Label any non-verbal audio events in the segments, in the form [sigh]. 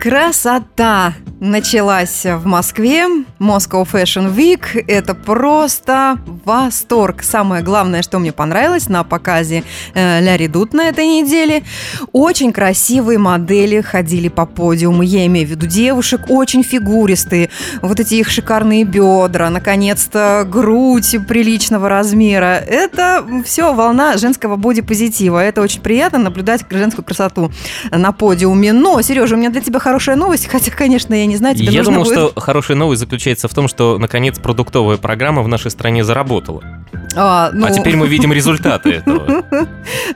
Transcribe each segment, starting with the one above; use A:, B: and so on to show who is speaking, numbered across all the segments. A: Красота началась в Москве. Moscow Fashion Week. Это просто восторг. Самое главное, что мне понравилось на показе э, Ля Редут на этой неделе. Очень красивые модели ходили по подиуму. Я имею в виду девушек, очень фигуристые. Вот эти их шикарные бедра, наконец-то грудь приличного размера. Это все волна женского бодипозитива. Это очень приятно наблюдать женскую красоту на подиуме. Но, Сережа, у меня для тебя хорошая новость, хотя, конечно, я не знаю, тебе
B: Я
A: А нужно
B: думал,
A: будет...
B: что хорошая новость заключается в том, что, наконец, продуктовая программа в нашей стране заработала.
A: А, ну,
B: А теперь мы видим
A: [laughs]
B: результаты этого.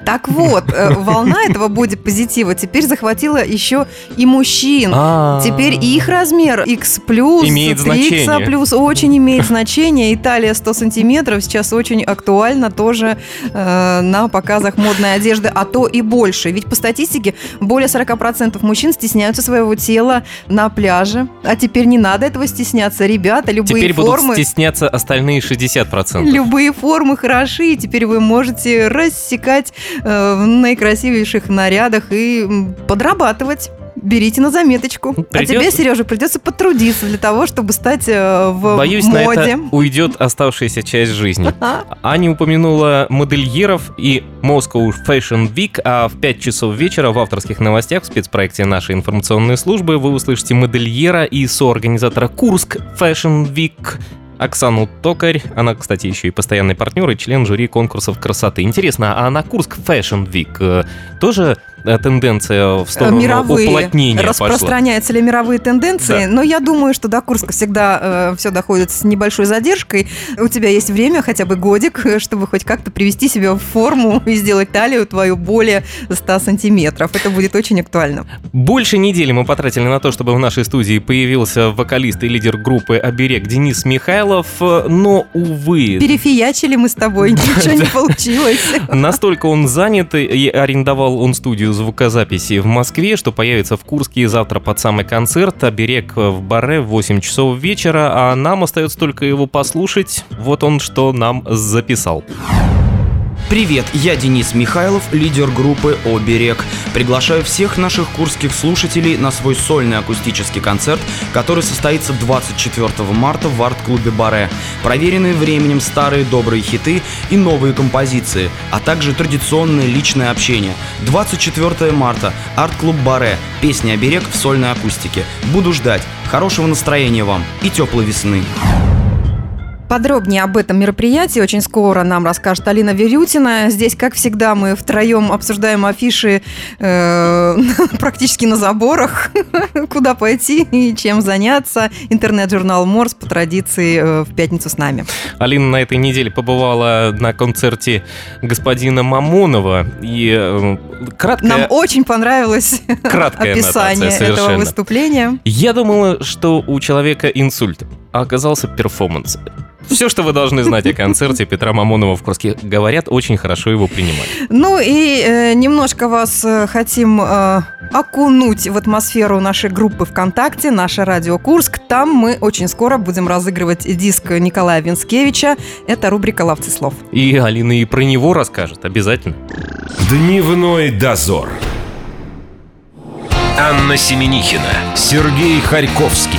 A: Так вот, э, волна
B: [laughs]
A: этого бодипозитива теперь захватила еще и мужчин.
B: А.
A: Теперь и их размер X+,
B: Имеет
A: 3X+, А плюс очень имеет значение. Италия 100 сантиметров сейчас очень актуальна тоже э, на показах модной одежды, а то и больше. Ведь по статистике более 40% мужчин стесняются своего тела на пляже. А теперь не надо этого стесняться. Ребята, любые
B: Теперь будут
A: формы...
B: стесняться остальные 60%.
A: Любые формы хороши, и теперь вы можете рассекать э, в наикрасивейших нарядах и м, подрабатывать. Берите на заметочку.
B: Придется.
A: А тебе, Сережа, придется потрудиться для того, чтобы стать э, в
B: Боюсь, на
A: моде.
B: это уйдет оставшаяся часть жизни.
A: А?
B: Аня упомянула модельеров и Moscow Fashion Week, а в 5 часов вечера в авторских новостях в спецпроекте нашей информационной службы вы услышите модельера и соорганизатора Курск Fashion Week Оксану Токарь. Она, кстати, еще и постоянный партнер и член жюри конкурсов красоты. Интересно, а на Курск Fashion Week э, тоже э, тенденция в
A: Э,
B: сторону
A: мировые
B: уплотнения пошла?
A: распространяются ли мировые тенденции, но я думаю, что до Курска всегда все доходит с небольшой задержкой. У тебя есть время, хотя бы годик, э, чтобы хоть как-то привести себя в форму и сделать талию твою более 100 сантиметров. Это будет очень актуально.
B: Больше недели мы потратили на то, чтобы в нашей студии появился вокалист и лидер группы «Оберег» Денис Михайлов, э, но, увы...
A: Перефиячили мы с тобой, ничего не получилось.
B: Настолько он занят э, и- и арендовал он студию звукозаписи в Москве, что появится в Курске завтра под самый концерт. Оберег в баре в 8 часов вечера, а нам остается только его послушать. Вот он что нам записал.
C: Привет, я Денис Михайлов, лидер группы «Оберег». Приглашаю всех наших курских слушателей на свой сольный акустический концерт, который состоится 24 марта в арт-клубе «Баре». Проверенные временем старые добрые хиты и новые композиции, а также традиционное личное общение. 24 марта, арт-клуб «Баре», песня «Оберег» в сольной акустике. Буду ждать. Хорошего настроения вам и теплой весны.
A: Подробнее об этом мероприятии очень скоро нам расскажет Алина Верютина. Здесь, как всегда, мы втроем обсуждаем афиши э, [laughs] практически на заборах, [laughs] куда пойти и чем заняться. Интернет-журнал Морс по традиции э, в пятницу с нами.
B: Алина на этой неделе побывала на концерте господина Мамонова. И э, краткая,
A: Нам очень понравилось
B: краткая
A: описание
B: аннотация
A: этого
B: совершенно.
A: выступления.
B: Я думала, что у человека инсульт, а оказался перформанс. Все, что вы должны знать о концерте Петра Мамонова в Курске, говорят, очень хорошо его принимали.
A: Ну и э, немножко вас э, хотим э, окунуть в атмосферу нашей группы ВКонтакте, наше радио Курск. Там мы очень скоро будем разыгрывать диск Николая Винскевича. Это рубрика «Ловцы слов».
B: И Алина и про него расскажет обязательно.
D: Дневной дозор. Анна Семенихина, Сергей Харьковский.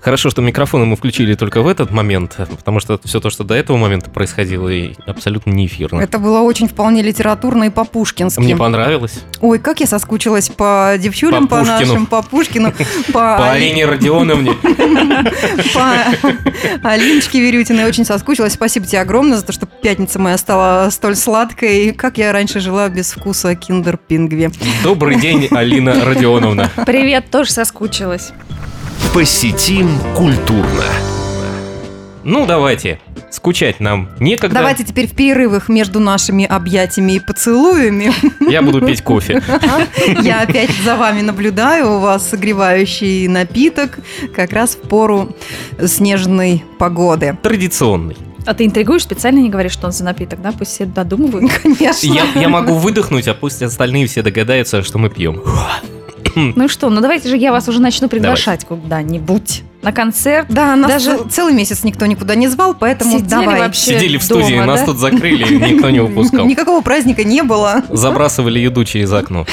B: Хорошо, что микрофоны мы включили только в этот момент, потому что все то, что до этого момента происходило, и абсолютно не эфирно.
A: Это было очень вполне литературно и по-пушкински.
B: Мне понравилось.
A: Ой, как я соскучилась по девчулям,
B: По
A: по,
B: Пушкину.
A: нашим, по Пушкину,
B: По Алине Родионовне.
A: по [laughs] Алиночке Верютиной очень соскучилась. Спасибо тебе огромное за то, что пятница моя стала столь сладкой. И как я раньше жила без вкуса киндер-пингви.
B: Добрый день, Алина Родионовна.
E: Привет, тоже соскучилась.
D: Посетим культурно.
B: Ну, давайте. Скучать нам некогда.
A: Давайте теперь в перерывах между нашими объятиями и поцелуями.
B: Я буду пить кофе.
E: [laughs]
A: Я опять за вами наблюдаю. У вас согревающий напиток как раз в пору снежной погоды.
B: Традиционный.
E: А ты интригуешь, специально не говоришь, что он за напиток, да? Пусть все додумывают.
A: [laughs] Конечно.
B: Я, я могу выдохнуть, а пусть остальные все догадаются, что мы пьем.
E: Ну и что, ну давайте же я вас уже начну приглашать куда-нибудь. На концерт.
A: Да, нас
E: Даже-
A: цел- целый месяц никто никуда не звал, поэтому
E: Сидели
A: давай.
E: вообще
B: Сидели в студии,
E: дома,
B: нас
E: да?
B: тут закрыли, никто не упускал.
A: Никакого праздника не было.
B: Забрасывали едучие из окна.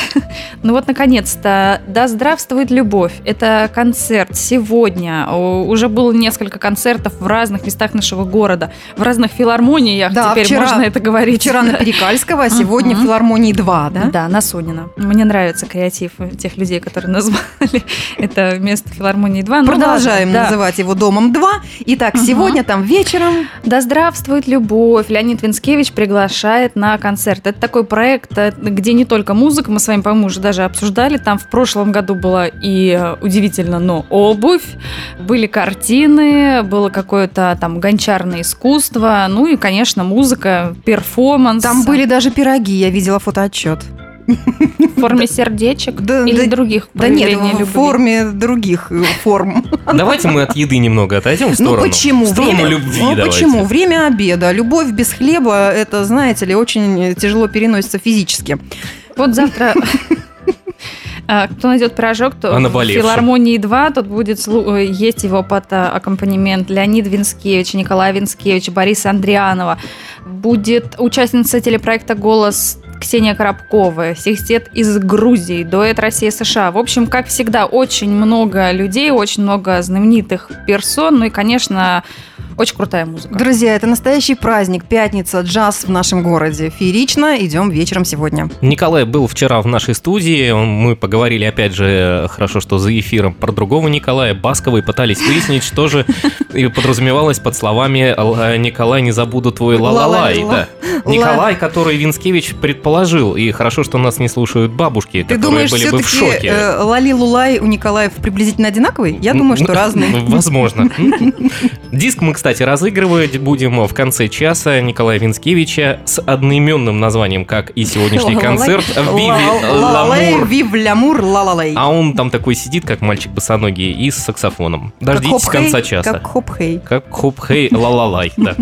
E: Ну вот, наконец-то, да здравствует любовь. Это концерт сегодня. О, Уже было несколько концертов в разных местах нашего города, в разных филармониях.
A: Да,
E: Теперь
A: вчера-
E: можно это говорить.
A: Вчера
E: [laughs]
A: на Перекальского, а сегодня в
E: Мгм.
A: филармонии 2, да?
E: Да? на Сонина. Мне нравится креатив тех людей, которые назвали [laughs] это место филармонии 2. Ну,
A: Продолжаем
E: ладно, да.
A: называть его домом 2. Итак,
E: Мгм.
A: сегодня там вечером.
E: Да здравствует любовь! Леонид Винскевич приглашает на концерт. Это такой проект, э, где не только музыка, мы с вами, по-моему, уже даже обсуждали. Там в прошлом году была и, э, удивительно, но обувь, были картины, было какое-то там гончарное искусство, ну и, конечно, музыка, перформанс.
A: Там были даже пироги, я видела фотоотчет. [laughs]
E: в форме сердечек
A: Да,
E: или
A: да-
E: других
A: Да нет,
E: проявлений
A: в
E: любви.
A: форме других э,
B: [laughs]
A: форм.
B: Давайте мы от еды немного отойдем в сторону.
A: Ну почему?
B: В сторону
A: Время-
B: любви
A: ну
B: давайте.
A: почему? Время обеда. Любовь без хлеба, это, знаете ли, очень э, тяжело переносится физически.
E: Вот завтра... э, Кто найдет пирожок, то
B: А
E: в
B: наболевшим.
E: филармонии 2 тут будет слу- э, есть его под э, аккомпанемент Леонид Винскевич, Николай Винскевич, Бориса Андрианова. Будет участница телепроекта «Голос» Ксения Коробкова, секстет из Грузии, дуэт Россия-США. В общем, как всегда, очень много людей, очень много знаменитых персон, ну и, конечно, очень крутая музыка.
A: Друзья, это настоящий праздник. Пятница, джаз в нашем городе. Феерично. Идем вечером сегодня.
B: Николай был вчера в нашей студии, он- мы поговорили, опять же, хорошо, что за эфиром, про другого Николая Баскова и пытались выяснить, что же и подразумевалось под словами «Л- э, «Николай, не забуду твой лалалай».
A: Ла-ла-ла.
B: да. Николай, который Винскевич предположил, и хорошо, что нас не слушают бабушки,
A: Ты
B: которые
A: думаешь,
B: были бы в
A: все-таки
B: шоке.
A: э, Лали Лулай у Николаев приблизительно одинаковый? Я думаю, что
B: Ну,
A: разные.
B: [laughs] Возможно. Диск мы, кстати, разыгрывать будем в конце часа Николая Винскевича с одноименным названием, как и сегодняшний
E: Ла-ла-лай.
B: концерт «Виви
A: Лалалей,
B: ну, Ламур».
A: Вив Лямур, Лалалей.
B: А он там такой сидит, как мальчик босоногий, и с саксофоном.
A: Как
B: Дождитесь
A: хоп-хей,
B: конца часа.
A: Как хоп-хей.
B: Как хоп-хей, ла-ла-лай, да.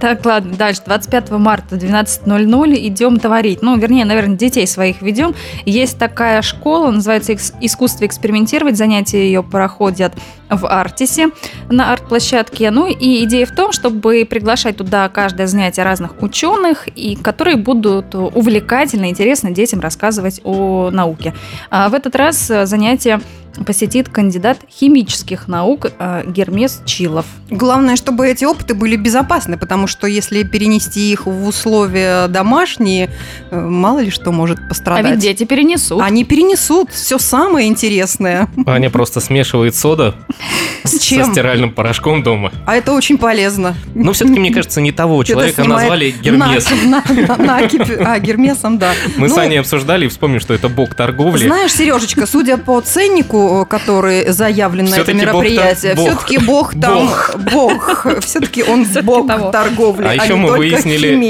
E: Так, ладно, дальше. 25 марта, 12.00, идем творить. Ну, вернее, наверное, детей своих ведем. Есть такая школа, называется «Экс- «Искусство экспериментировать». Занятия ее проходят в Артисе на арт-площадке. Ну, и идея в том, чтобы приглашать туда каждое занятие разных ученых, и которые будут увлекательно, интересно детям рассказывать о науке. А в этот раз э, занятие посетит кандидат химических наук э, Гермес Чилов.
A: Главное, чтобы эти опыты были безопасны, потому что если перенести их в условия домашние, э, мало ли что может пострадать.
E: А ведь дети перенесут.
A: Они перенесут все самое интересное.
B: Аня просто смешивает сода
A: [laughs] С
B: со
A: чем?
B: стиральным порошком дома.
A: А это очень полезно.
B: Но все-таки, мне кажется, не того
A: Чё-то
B: человека
A: снимает
B: назвали Гермесом.
A: На- на- на- накипь. А, Гермесом, да.
B: Мы
A: Ну,
B: с Аней обсуждали и вспомним, что это бог торговли.
A: Знаешь, Сережечка, судя по ценнику, э, который заявлен на это
B: Всё-таки бог
A: мероприятие,
B: там- бог.
A: все-таки бог там бог. Все-таки он бог
E: того.
A: торговли.
B: А еще
A: не
B: мы
A: только химии.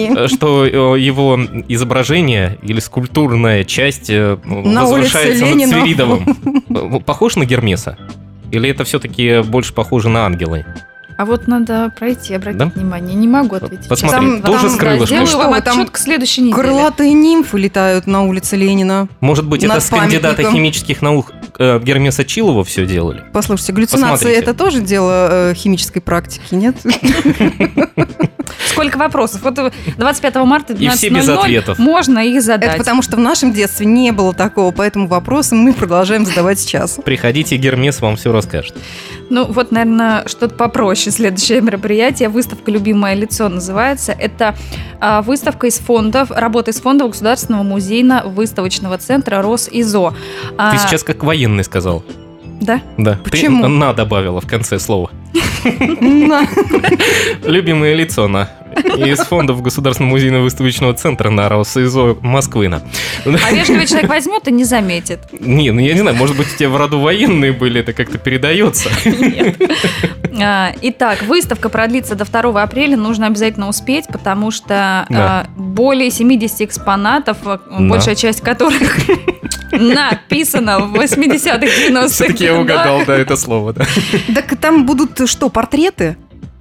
B: выяснили, э, что э, его изображение или скульптурная часть э,
A: На улице
B: возвышается над
A: Ленина. [laughs]
B: Свиридовым. Э, Похож на Гермеса? Или это все-таки больше похоже на ангела?
E: А вот надо пройти, обратить
B: Да?
E: внимание. Не могу ответить.
B: Посмотри,
E: Там-
A: тоже
E: там,
A: с
E: да,
B: крылышками.
E: Сделаю а
A: Что
E: вам
A: вы там,
E: отчет к следующей неделе.
A: Крылатые нимфы летают на улице Ленина.
B: Может быть, это
A: Над
B: с кандидата
A: памятником.
B: химических наук э, Гермеса Чилова все делали?
A: Послушайте, галлюцинации
B: Посмотрите.
A: это тоже дело э, химической практики, нет?
E: Сколько вопросов? Вот э, 25 марта
B: И все без
E: 12:00
B: ответов.
E: Можно их
A: Это
E: задать.
A: потому, что в нашем детстве не было такого, поэтому вопросы мы продолжаем задавать
B: [laughs]
A: сейчас.
B: Приходите, Гермес вам все расскажет.
E: Ну, вот, наверное, что-то попроще. Следующее мероприятие. Выставка «Любимое лицо» называется. Это а, выставка из фондов, работа из фондов Государственного музейно-выставочного центра РосИЗО. А,
B: Ты сейчас как военный сказал. [laughs]
E: Да?
B: Да.
A: Почему?
B: Ты «на» добавила в конце слова.
A: На.
B: Любимое лицо на. Из фондов Государственного музейно-выставочного центра на РосИЗО Москвы на.
E: А вежливый человек возьмет и не заметит.
B: Не, ну я не знаю, может быть, у тебя в роду военные были, это
A: [laughs]
B: как-то передается.
E: А, Итак, выставка продлится до 2 апреля. Нужно обязательно успеть, потому что
B: Да.
E: а, более 70 экспонатов, а,
B: Да.
E: большая часть которых [laughs] написана в 80-х, 90-х.
B: Все-таки я
E: годах.
B: угадал, да, это слово, да.
A: Так там будут что, портреты?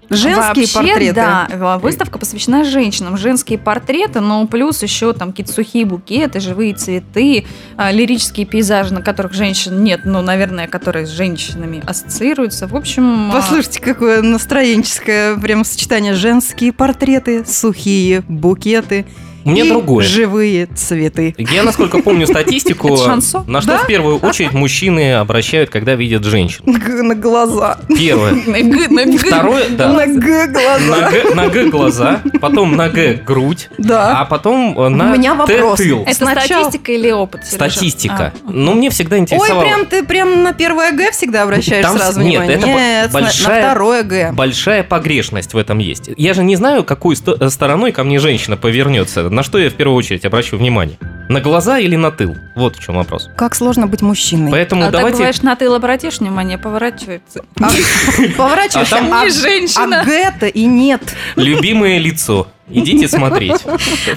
A: Женские
E: Вообще,
A: портреты.
E: да, э, выставка посвящена женщинам. Женские портреты, но плюс еще там какие-то сухие букеты, живые цветы, а, лирические пейзажи, на которых женщин нет, но, наверное, которые с женщинами ассоциируются. В общем... а,
A: Послушайте, какое настроенческое прям сочетание. Женские портреты, сухие букеты
B: Мне
A: и
B: другое.
A: живые цветы.
B: Я, насколько помню статистику,
E: Это шансон?
B: на что в первую очередь мужчины обращают, когда видят женщин.
A: Г- На глаза.
B: Первое.
E: на г- на г-
B: Второе, да.
A: На г
B: На
A: глаза.
B: Г, на Г глаза, потом на Г грудь, а
A: Да.
B: потом э, на
A: У меня вопрос.
B: Т тыл.
E: Это
A: Сначала-
E: статистика или опыт? Э, Сережа?
B: Статистика.
E: А.
B: Ну, мне всегда
A: Ой,
B: интересовало.
A: прям ты прям на первое Г всегда обращаешь
B: Там с-
A: сразу
B: нет,
A: внимание.
B: это бо-
A: Нет, на-
B: большая-
A: на второе Г.
B: Большая погрешность в этом есть. Я же не знаю, какой сто- э, стороной ко мне женщина повернется. На что я в первую очередь обращу внимание? На глаза или на тыл? Вот в чем вопрос.
A: Как сложно быть мужчиной.
B: Поэтому
E: А так
B: Ну, давайте.
E: бываешь, на тыл обратишь внимание, поворачивается.
A: А- Поворачиваешься,
B: А там-
A: а-
E: Не
A: а
E: женщина.
A: Г-то и нет.
B: Любимое лицо. Идите смотреть.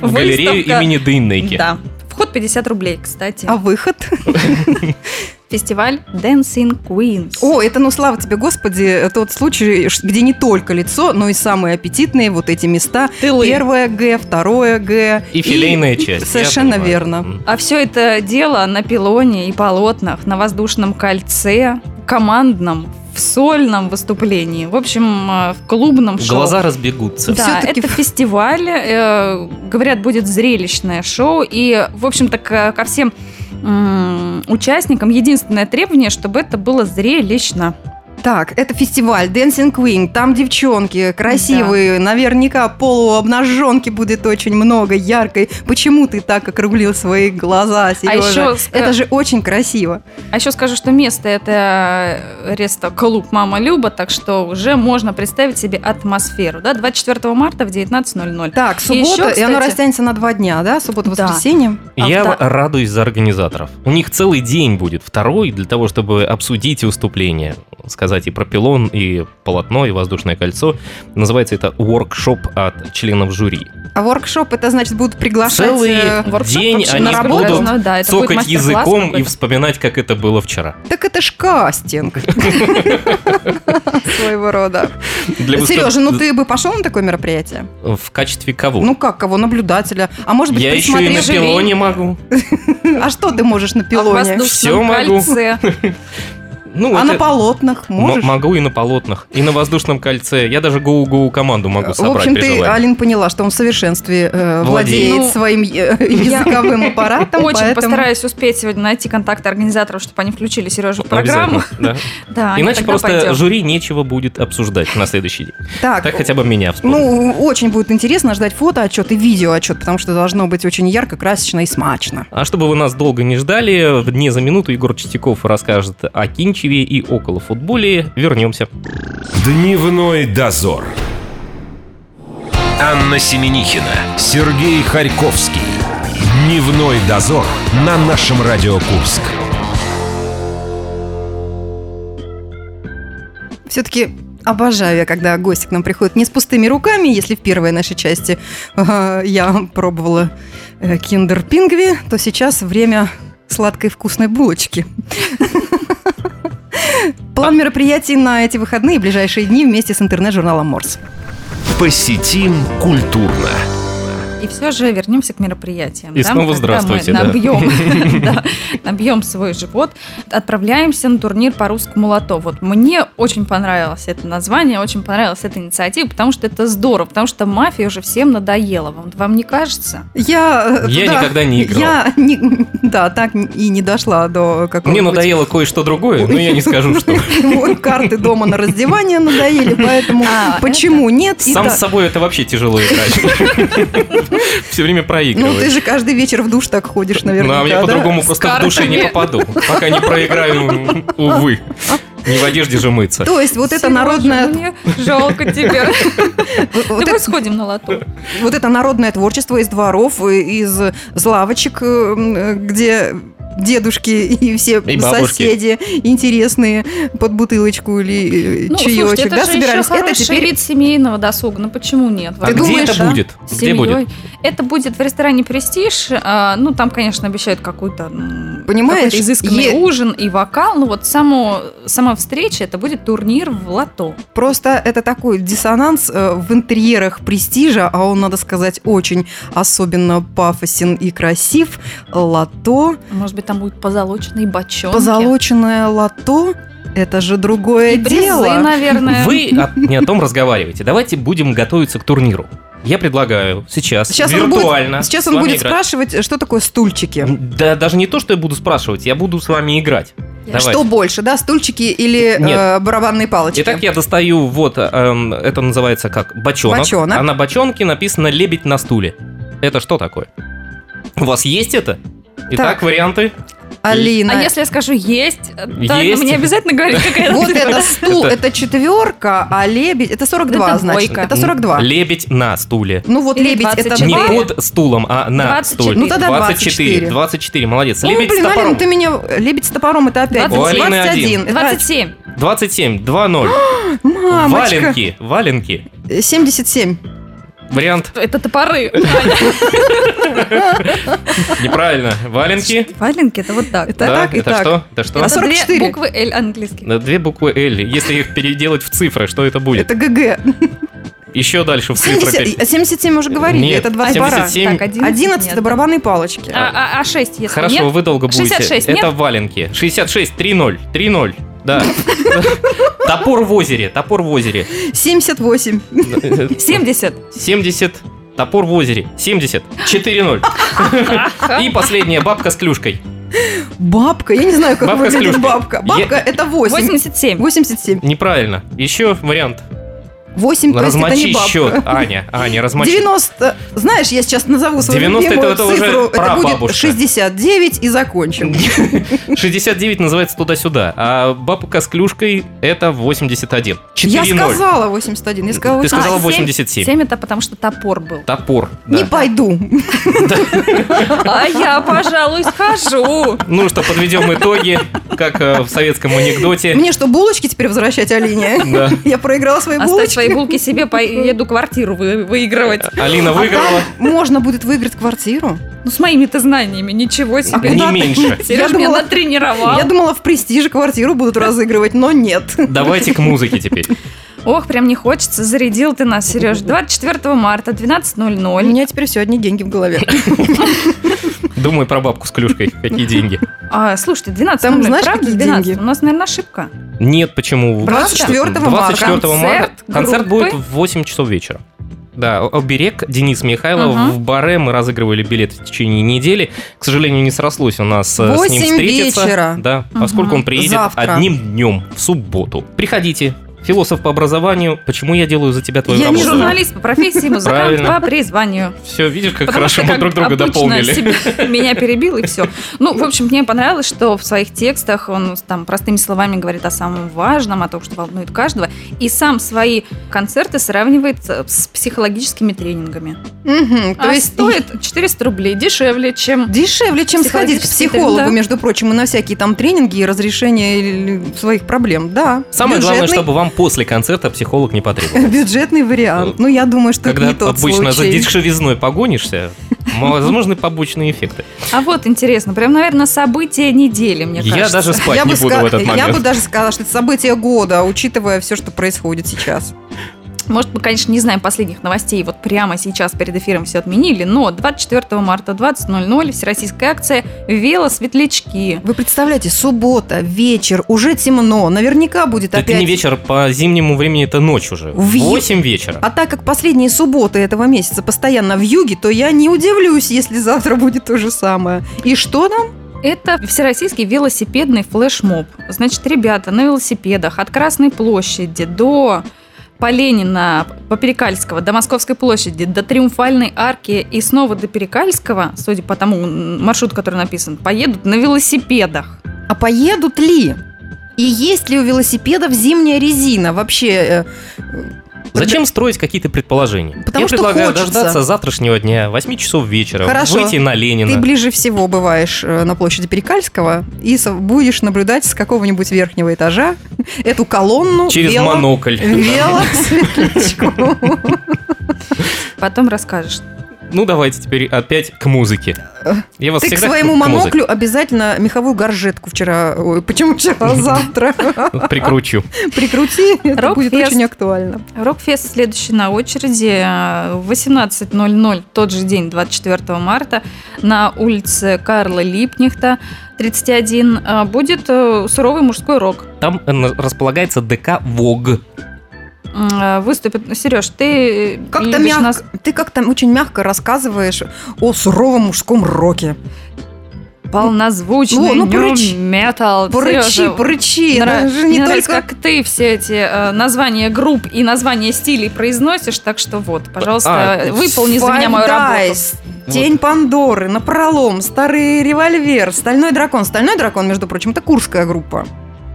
B: В галерею
E: Выставка.
B: имени Дейнеки.
E: Да. Вход 50 рублей, кстати.
A: А выход?
E: Фестиваль Dancing Queens.
A: О, это, ну, слава тебе, Господи, тот случай, ш- где не только лицо, но и самые аппетитные вот эти места.
E: Тылы.
A: Первое Г, второе Г.
B: И филейная часть. я
A: совершенно
B: понимаю.
A: верно.
B: М.
E: А все это дело на пилоне и полотнах, на воздушном кольце, командном, в сольном выступлении, в общем, э, в клубном шоу.
B: Глаза разбегутся.
E: Да,
A: Всё-таки
E: это
A: ф-
E: фестиваль, э, говорят, будет зрелищное шоу, и, в общем-то, к- ко всем м, участникам единственное требование, чтобы это было зрелищно.
A: Так, это фестиваль Dancing Queen. Там девчонки красивые, наверняка полуобнаженки будет очень много, яркой. Почему ты так округлил свои глаза, Сережа?
E: А ещё э, с-
A: это же очень красиво.
E: А еще скажу, что место это реста клуб «Мама Люба», так что уже можно представить себе атмосферу. Да? 24 марта в 19.00.
A: Так,
E: И
A: суббота,
E: ещё,
A: и оно
E: кстати-
A: растянется на два дня, да? Суббота,
E: Да.
A: воскресенье.
E: А
B: Я
E: вта-
B: радуюсь за организаторов. У них целый день будет второй для того, чтобы обсудить выступление, сказать и про пилон, и полотно, и воздушное кольцо. Называется это воркшоп от членов жюри.
A: А воркшоп, это значит, будут приглашать...
B: Целый
A: э,
E: Воркшоп
B: день
E: вообще
B: они
E: на работу.
B: будут
E: Ну да, это будет
B: Цокать
E: мастер-класс
B: языком и
E: какой-то.
B: вспоминать, как это было вчера.
A: Так это ж кастинг. Своего рода.
B: Для выступ-
A: Сережа, ну ты бы пошел на такое мероприятие?
B: В качестве кого?
A: Ну как, кого? Наблюдателя. А может быть,
B: Я еще и на
A: присмотреть?
B: пилоне могу.
A: А что ты можешь на
E: А в
A: пилоне?
B: Всё
E: воздушном
B: могу.
E: кольце.
B: Ну,
A: А на
B: это-
A: полотнах
B: М-
A: можешь?
B: могу и на полотнах, и на воздушном кольце. Я даже гоу-гоу команду могу
A: Э, В
B: собрать
A: общем,
B: при
A: ты,
B: желании.
A: Алин, поняла, что он в совершенстве э,
B: Владеет.
A: владеет
E: Ну,
A: своим э,
E: я
A: языковым аппаратом.
E: Очень
A: поэтому-
E: постараюсь успеть сегодня найти контакты организаторов, чтобы они включили Сережу в программу.
B: Обязательно,
A: [laughs]
B: да.
A: А
E: Да, они
B: Иначе
E: тогда
B: просто
E: пойдем.
B: жюри нечего будет обсуждать на следующий день. Так
A: Так,
B: хотя бы меня вспомнили.
A: ну, очень будет интересно ждать фотоотчет и видеоотчет, потому что должно быть очень ярко, красочно и смачно.
B: А чтобы вы нас долго не ждали, в дне за минуту Егор Чистяков расскажет о Кинчеве и около футболе. Вернемся.
D: Дневной дозор. Анна Семенихина, Сергей Харьковский. Дневной дозор на нашем Радио Курск.
A: Все-таки обожаю я, когда гости к нам приходят не с пустыми руками. Если в первой нашей части э, я пробовала э, киндер-пингви, то сейчас время сладкой вкусной булочки. План мероприятий на эти выходные и ближайшие дни вместе с интернет-журналом «Морс».
D: Посетим культурно.
E: И все же вернемся к мероприятиям.
B: И снова
E: когда
B: здравствуйте,
E: Мы
B: да. [laughs]
E: набьем, да, набьем свой живот, отправляемся на турнир по русскому лото. Вот мне очень понравилось это название, очень понравилась эта инициатива, потому что это здорово, потому что мафия уже всем надоела. Вам, вам не кажется?
A: Я, э,
B: Я
A: туда-
B: никогда не играл.
A: Я не- да, так и не дошла до
B: Мне
A: какого-нибудь...
B: надоело кое-что другое, но я не скажу,
A: [laughs]
B: что.
A: Карты дома на раздевание надоели, поэтому
E: А,
A: почему нет? И
B: Сам
A: да-
B: с собой это вообще тяжело играть. [laughs] Все время
A: Ну, ты
B: проигрываешь.
A: же каждый вечер в душ так ходишь, наверное.
B: Ну, а я по-другому просто в душе не
E: картами.
B: попаду, пока не проиграю,
A: [laughs]
B: увы. Не в одежде же мыться.
A: То есть вот это
E: Сережа,
A: народное...
E: ну, Мне
A: [laughs]
E: жалко тебя.
A: вот- вот
E: Давай
A: это-
E: сходим на лото.
A: Вот это народное творчество из дворов, и из лавочек, э, м, э, где дедушки и все
B: И бабушки.
A: соседи интересные под бутылочку или э,
E: Ну,
A: чаечек,
E: слушайте, это
A: да,
E: же
A: собирались.
E: еще
A: Это
E: хороший
A: теперь
E: вид семейного досуга. Ну почему нет?
B: А где
A: думаешь,
B: это
A: да?
B: будет?
E: С
B: Где будет?
E: семьей. Это будет в ресторане «Престиж». а, Ну, там, конечно, обещают какую-то м,
A: Понимаешь,
E: какой-то изысканный
A: е-
E: ужин и вокал. Ну, вот само, сама встреча, это будет турнир в лото.
A: Просто это такой диссонанс э, в интерьерах престижа, а он, надо сказать, очень особенно пафосен и красив. Лото,
E: Может быть, там будут позолоченные бочонки.
A: позолоченное лото, это же другое
E: И призы,
A: дело.
E: наверное.
B: Вы о- не о том разговариваете. Давайте будем готовиться к турниру. Я предлагаю сейчас,
A: Сейчас он
B: виртуально.
A: будет, сейчас
B: с
A: он
B: вами
A: будет
B: играть.
A: спрашивать, э, что такое стульчики.
B: Да, даже не то, что я буду спрашивать, я буду с вами играть. Давайте.
A: Что больше, да, стульчики или
B: Нет.
A: э, барабанные палочки?
B: Итак, я достаю вот, эм, это называется как бочонок.
A: Бочонок.
B: А на бочонке написано «Лебедь на стуле». Это что такое? У вас есть это? Итак,
A: Так.
B: варианты.
A: Алина,
E: А если я скажу «есть», то ну,
B: Есть.
E: мне обязательно говорить, какая
A: вот
E: цифра.
A: это стул,
B: Это-
A: это четверка, а лебедь, это 42,
E: Это
A: значит.
E: двойка.
A: Это 42.
B: Лебедь на стуле.
A: Ну вот
E: Или
A: лебедь, это
E: 24.
B: Не
A: два.
E: Четыре.
B: под стулом, а на
E: 24.
B: стуле.
A: Ну тогда
B: 24.
A: 24.
B: 24, молодец.
A: Ну,
B: Лебедь с
A: блин,
B: топором.
A: Алин, ты меня... Лебедь с топором, это опять...
E: 27.
A: 21. Это
E: 27.
B: 27, 2-0.
A: Мамочка.
B: Валенки, валенки.
A: 77.
B: Вариант
E: Это топоры.
B: неправильно. Валенки.
E: Валенки, это вот так.
A: Это
B: Да,
A: так и
B: это
A: так.
B: что? Это что?
A: А
E: Это две
A: 44.
E: буквы «Л» английские.
B: Да, Две буквы «Л». Если их переделать в цифры, что это будет?
A: Это ГГ.
B: Еще дальше в цифры.
A: 70,
B: пере-
A: а 77 мы уже говорили,
B: Нет,
A: это два а
B: 77.
A: пара.
B: Семь.
E: Так, 11.
A: 11 это
E: нет.
A: барабанные палочки.
E: А, а, а 6, если
B: Хорошо,
E: нет.
B: вы долго будете.
E: 66,
B: это
E: нет?
B: валенки. 66, 3-0, 3-0. Да. [laughs] Топор в озере, топор в озере.
A: 78.
E: 70.
B: 70, топор в озере. 70, 4-0. И последняя бабка с клюшкой.
A: Бабка, я не знаю, как
B: Бабка с
A: выглядит
B: клюшкой.
A: бабка. Бабка это 8.
E: 87.
A: 87.
B: Неправильно. Еще вариант.
A: 8, то есть это
B: Размочи
A: не бабка.
B: счет, Аня. Аня, размочи.
A: 90, знаешь, я сейчас назову свою
B: 90
A: любимую
B: это уже
A: цифру, это будет
B: прабабушка.
A: 69 и
B: [laughs]
A: закончим.
B: 69 называется туда-сюда, а бабка с клюшкой это 81. 4-0.
A: Я сказала 81, я сказала
B: Ты сказала
A: 87.
B: 87.
E: 7 А, это потому, что топор был.
B: Топор.
A: Не
B: да.
A: пойду.
E: А я, пожалуй, схожу.
B: Ну что, подведем итоги, как э, в советском анекдоте.
A: Мне что, булочки теперь возвращать Алине?
B: [laughs] Да.
A: [laughs] Я проиграла свои
E: Оставь свои
A: булочки.
E: булки себе, поеду квартиру вы- выигрывать.
B: Алина
A: А
B: выиграла.
A: там можно будет выиграть квартиру.
E: Ну, с моими-то знаниями, ничего
A: А
E: себе.
B: Не меньше.
E: Сереж
A: Я
E: меня
A: думала-
E: натренировал.
A: Я думала, в престиже квартиру будут разыгрывать, но нет.
B: Давайте к музыке теперь.
E: Ох, прям не хочется. Зарядил ты нас, Сереж. 24 марта, 12.00.
A: У меня теперь все одни деньги в голове.
B: Думаю про бабку с клюшкой. Какие деньги?
E: А, слушайте, 12.00,
A: Там знаешь,
E: правда?
A: какие
E: 12?
A: деньги?
E: У нас, наверное, ошибка.
B: Нет, почему?
E: Правда?
A: 24 марта.
B: 24 марта.
E: Концерт
B: Концерт
E: группы?
B: будет в 8 часов вечера. Да, оберег Денис Михайлов
E: Ага.
B: в баре. Мы разыгрывали билет в течение недели. К сожалению, не срослось у нас э, с ним
A: 8
B: встретиться.
A: вечера.
B: Да,
E: Мгм.
B: поскольку он приедет
A: Завтра.
B: одним днем в субботу. Приходите. Философ по образованию. Почему я делаю за тебя твою
A: Я не
E: Не
B: работу?
E: журналист по профессии, музыкант
B: Правильно.
E: по призванию.
B: Все, видишь, как
E: Потому
B: хорошо
E: что,
B: мы
E: как
B: друг друга
E: обычно,
B: дополнили.
E: себе- [laughs] меня перебил, и все. Ну, в общем, мне понравилось, что в своих текстах он с- там простыми словами говорит о самом важном, о том, что волнует каждого, и сам свои концерты сравнивает э, с психологическими тренингами.
A: Мгм,
E: То есть стоит 400 рублей дешевле, чем...
A: Дешевле, чем сходить к
E: Психологический
A: психологу,
E: тренинг, да. между
A: между прочим, и на всякие там тренинги и разрешение или- своих проблем, да.
B: Самое главное,
A: Бюджетный-
B: чтобы вам после концерта психолог не
A: [laughs]
B: потребовал.
A: Бюджетный вариант. Ну, я думаю, что это
B: Когда
A: не тот
B: обычно
A: [laughs]
B: за
A: случай.
B: дешевизной погонишься, возможны побочные эффекты.
E: А вот интересно, прям, наверное, событие недели, мне кажется.
B: Я даже спать не буду
A: ска-
B: в этот
A: я бы
B: момент.
A: даже сказала, что это событие года, учитывая все, что происходит сейчас.
E: Может, мы, конечно, не знаем последних новостей, вот прямо сейчас перед эфиром все отменили, но 24 марта 20.00 всероссийская акция «Велосветлячки».
A: Вы представляете, суббота, вечер, уже темно, наверняка будет
B: Это
A: опять...
B: не вечер, по зимнему времени это ночь уже.
A: В е-
B: Восемь вечера.
A: А так как последние субботы этого месяца постоянно в юге, то я не удивлюсь, если завтра [laughs] будет то же самое. И что там?
E: Это всероссийский велосипедный флешмоб. Значит, ребята на велосипедах от Красной площади до по Ленина, по Перекальского, до Московской площади, до Триумфальной арки и снова до Перекальского, судя по тому м, маршруту, который написан, поедут на велосипедах.
A: А поедут ли? И есть ли у велосипедов зимняя резина? Вообще, э, э,
B: Зачем строить какие-то предположения?
A: Потому
B: Я
A: что
B: предлагаю
A: хочется.
B: дождаться завтрашнего дня, 8 часов вечера,
A: Хорошо.
B: выйти на Ленина.
A: Ты ближе всего бываешь э, на площади Перекальского и со- будешь наблюдать с какого-нибудь верхнего этажа [laughs] эту колонну
B: Через
A: вело-
B: монокль. [laughs]
A: велосветлячку.
E: Потом расскажешь.
B: Ну, давайте теперь опять к музыке. Я вас
A: Э, Ты к
B: всегда
A: своему
B: к музыке
A: моноклю обязательно меховую горжетку вчера, ой, почему вчера,
B: [laughs]
A: завтра [laughs]
B: прикручу.
A: прикрути, это будет
E: Рок-фест.
A: очень актуально.
E: Рокфест следующий на очереди э, в 18.00, тот же день, 24 марта, на улице Карла Липнихта, 31, э, будет э, суровый мужской рок.
B: Там э, на- располагается ДК ВОГ.
E: М, э, Выступит... Сереж, ты э,
A: Как-то
E: любишь
A: мягко,
E: нас-
A: ты как-то очень мягко рассказываешь о суровом мужском роке.
E: полнозвучный
A: Ну, ну,
E: ну,
A: порычи.
E: метал.
A: Порычи, порычи,
E: Нра-
A: это же не
E: мне нравится,
A: только...
E: как ты все эти э, названия групп и названия стилей произносишь, так что вот, пожалуйста,
B: А,
E: выполни за
A: Five
E: меня мою работу.
A: Dice, Тень Пандоры, Напролом, Старый Револьвер, Стальной Дракон. Стальной Дракон, между прочим, это курская группа.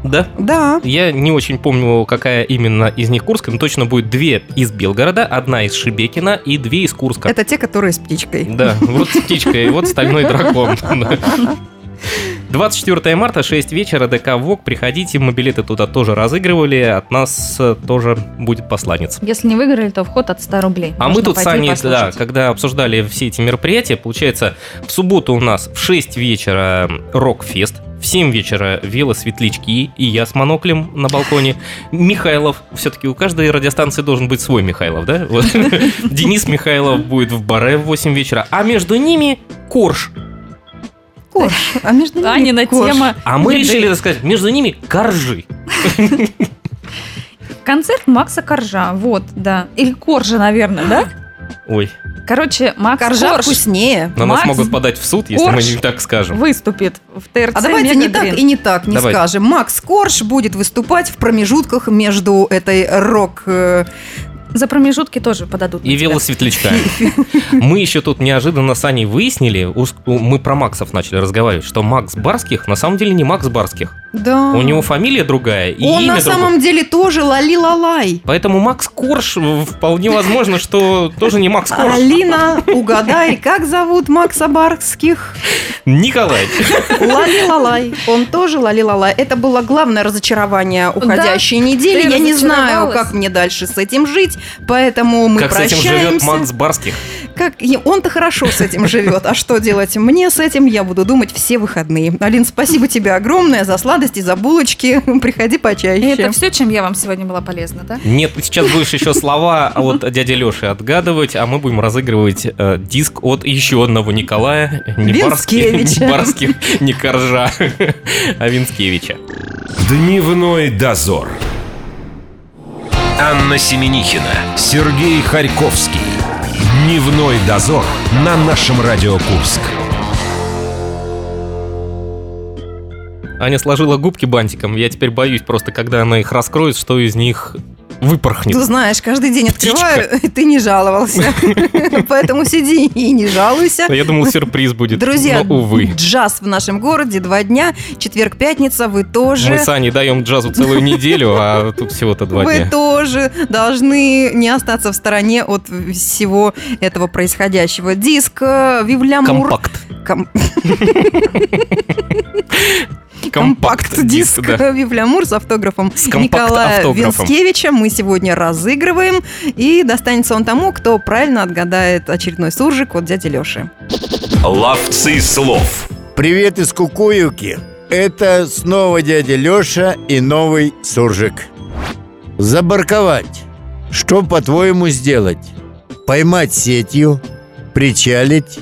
B: Да.
A: Да.
B: Я не очень помню, какая именно из них Курская, но точно будет две из Белгорода, одна из Шибекина и две из Курска.
A: Это те, которые с птичкой.
B: Да, вот птичка и вот стальной дракон. 24 марта, 6 вечера, ДК ВОК. Приходите, мы билеты туда тоже разыгрывали. От нас э, тоже будет посланец.
E: Если не выиграли, то вход от 100 рублей.
B: А
E: Можно
B: мы тут с
E: пойти и
B: Аней, да,
E: послушать.
B: когда обсуждали все эти мероприятия, получается, в субботу у нас в 6 вечера рок-фест, в 7 вечера велосветлячки и я с моноклем на балконе. Михайлов, все-таки у каждой радиостанции должен быть свой Михайлов, да? Вот. [laughs] Денис Михайлов будет в баре в 8 вечера, а между ними Корж.
A: Корж. А между ними
E: Анина
A: корж.
E: тема.
B: А мы
E: еды.
B: решили рассказать, между ними Коржи.
E: Концерт Макса Коржа, вот, да. Или Коржа, наверное, да?
B: Ой,
E: Короче, Макс
A: Коржа
E: Корж
A: вкуснее.
B: на нас
E: Макс
B: могут подать в суд, если мы
E: Корж.
B: не так скажем.
E: выступит в ТРЦ.
A: А давайте не так
E: «Мегадрин».
A: и не так не
B: Давайте.
A: скажем. Макс Корж будет выступать в промежутках между этой рок... э,
E: За промежутки тоже подадут.
B: И
E: на тебя.
B: велосветлячками. Мы еще тут неожиданно с Аней выяснили, уж- у- мы про Максов начали разговаривать, что Макс Барских на самом деле не Макс Барских.
A: Да.
B: У него фамилия другая и
A: А. Он
B: имя
A: на
B: другое.
A: самом деле тоже лали-лалай.
B: Поэтому Макс Корж э, вполне возможно, что тоже не Макс Корж.
A: Алина, угадай, как зовут Макса Барских?
B: Николай.
A: Лали-лалай. Он тоже лали-лалай. Это было главное разочарование уходящей недели.
E: Ты
A: Я не знаю,
E: разочаровалась?
A: как мне дальше с этим жить, поэтому мы
B: Как с этим
A: прощаемся.
B: живет Макс Барских.
A: Как и- он-то хорошо с этим живет, а что делать мне с этим, я буду думать все выходные. Алин, спасибо тебе огромное за сладости, за булочки. Приходи
E: И
A: почаще.
E: это все, чем я вам сегодня была полезна, да?
B: Нет, ты сейчас будешь еще слова от дяди Леши отгадывать, а мы будем разыгрывать э, диск от еще одного Николая. Не Барских,
A: Винскевича.
B: не, Барских, не Коржа, а Винскевича.
D: Дневной дозор. Анна Семенихина, Сергей Харьковский. Дневной дозор на нашем Радио Курск.
B: Аня сложила губки бантиком. Я теперь боюсь просто, когда она их раскроет, что из них выпорхнет.
A: Ты знаешь, каждый день
B: Птичка.
A: открываю, и ты не
B: [laughs]
A: жаловался. Поэтому сиди и не жалуйся.
B: Я думал, сюрприз будет.
A: Друзья,
B: Но, увы.
A: джаз в нашем городе два дня, четверг-пятница, вы
B: Мы
A: тоже...
B: с Аней даем джазу целую неделю, а тут всего-то два
A: Вы
B: дня.
A: тоже должны не остаться в стороне от всего этого происходящего. Диск э, Вивля Мур...
B: Компакт.
A: ком-
B: Компакт-диск,
A: Компакт-диск
B: да.
A: Вивля Мур э, с автографом Николая
B: компакт-автографом.
A: Венскевича мы сегодня разыгрываем. И достанется он тому, кто правильно отгадает очередной суржик от дяди Леши.
D: Ловцы слов.
F: Привет из Кукуевки. Это снова дядя Леша и новый суржик. Забарковать. Что, по-твоему, сделать? Поймать сетью, причалить,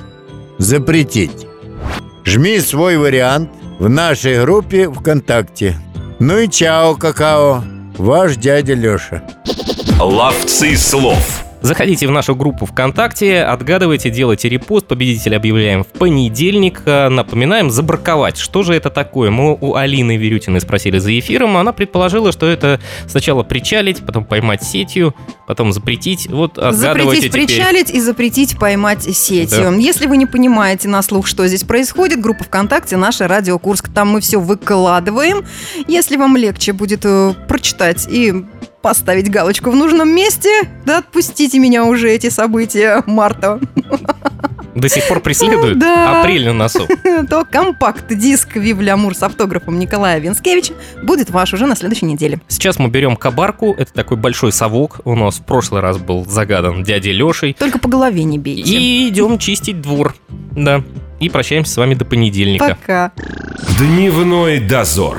F: запретить. Жми свой вариант в нашей группе ВКонтакте. Ну и чао, какао. Ваш дядя Леша.
D: Ловцы слов.
B: Заходите в нашу группу ВКонтакте, отгадывайте, делайте репост, победителя объявляем в понедельник. А, Напоминаем, забраковать. Что же это такое? Мы у Алины Верютиной спросили за эфиром, она предположила, что это сначала причалить, потом поймать сетью, потом запретить. Вот отгадывайте
A: Запретить
B: теперь.
A: причалить и запретить поймать сетью.
B: Да.
A: Если вы не понимаете на слух, что здесь происходит, группа ВКонтакте «Наша Радио Курск». Там мы все выкладываем. Если вам легче будет э, прочитать и поставить галочку в нужном месте. Да отпустите меня уже эти события марта. [laughs]
B: До сих пор преследуют.
A: Да.
B: Апрель на носу.
A: То компакт-диск Вивля Амур с автографом Николая Винскевича будет ваш уже на следующей неделе.
B: Сейчас мы берем кабарку. Это такой большой совок. У нас в прошлый раз был загадан дядей Лешей.
A: Только по голове не бейте.
B: И идем чистить двор. Да. И прощаемся с вами до понедельника.
A: Пока.
D: Дневной дозор.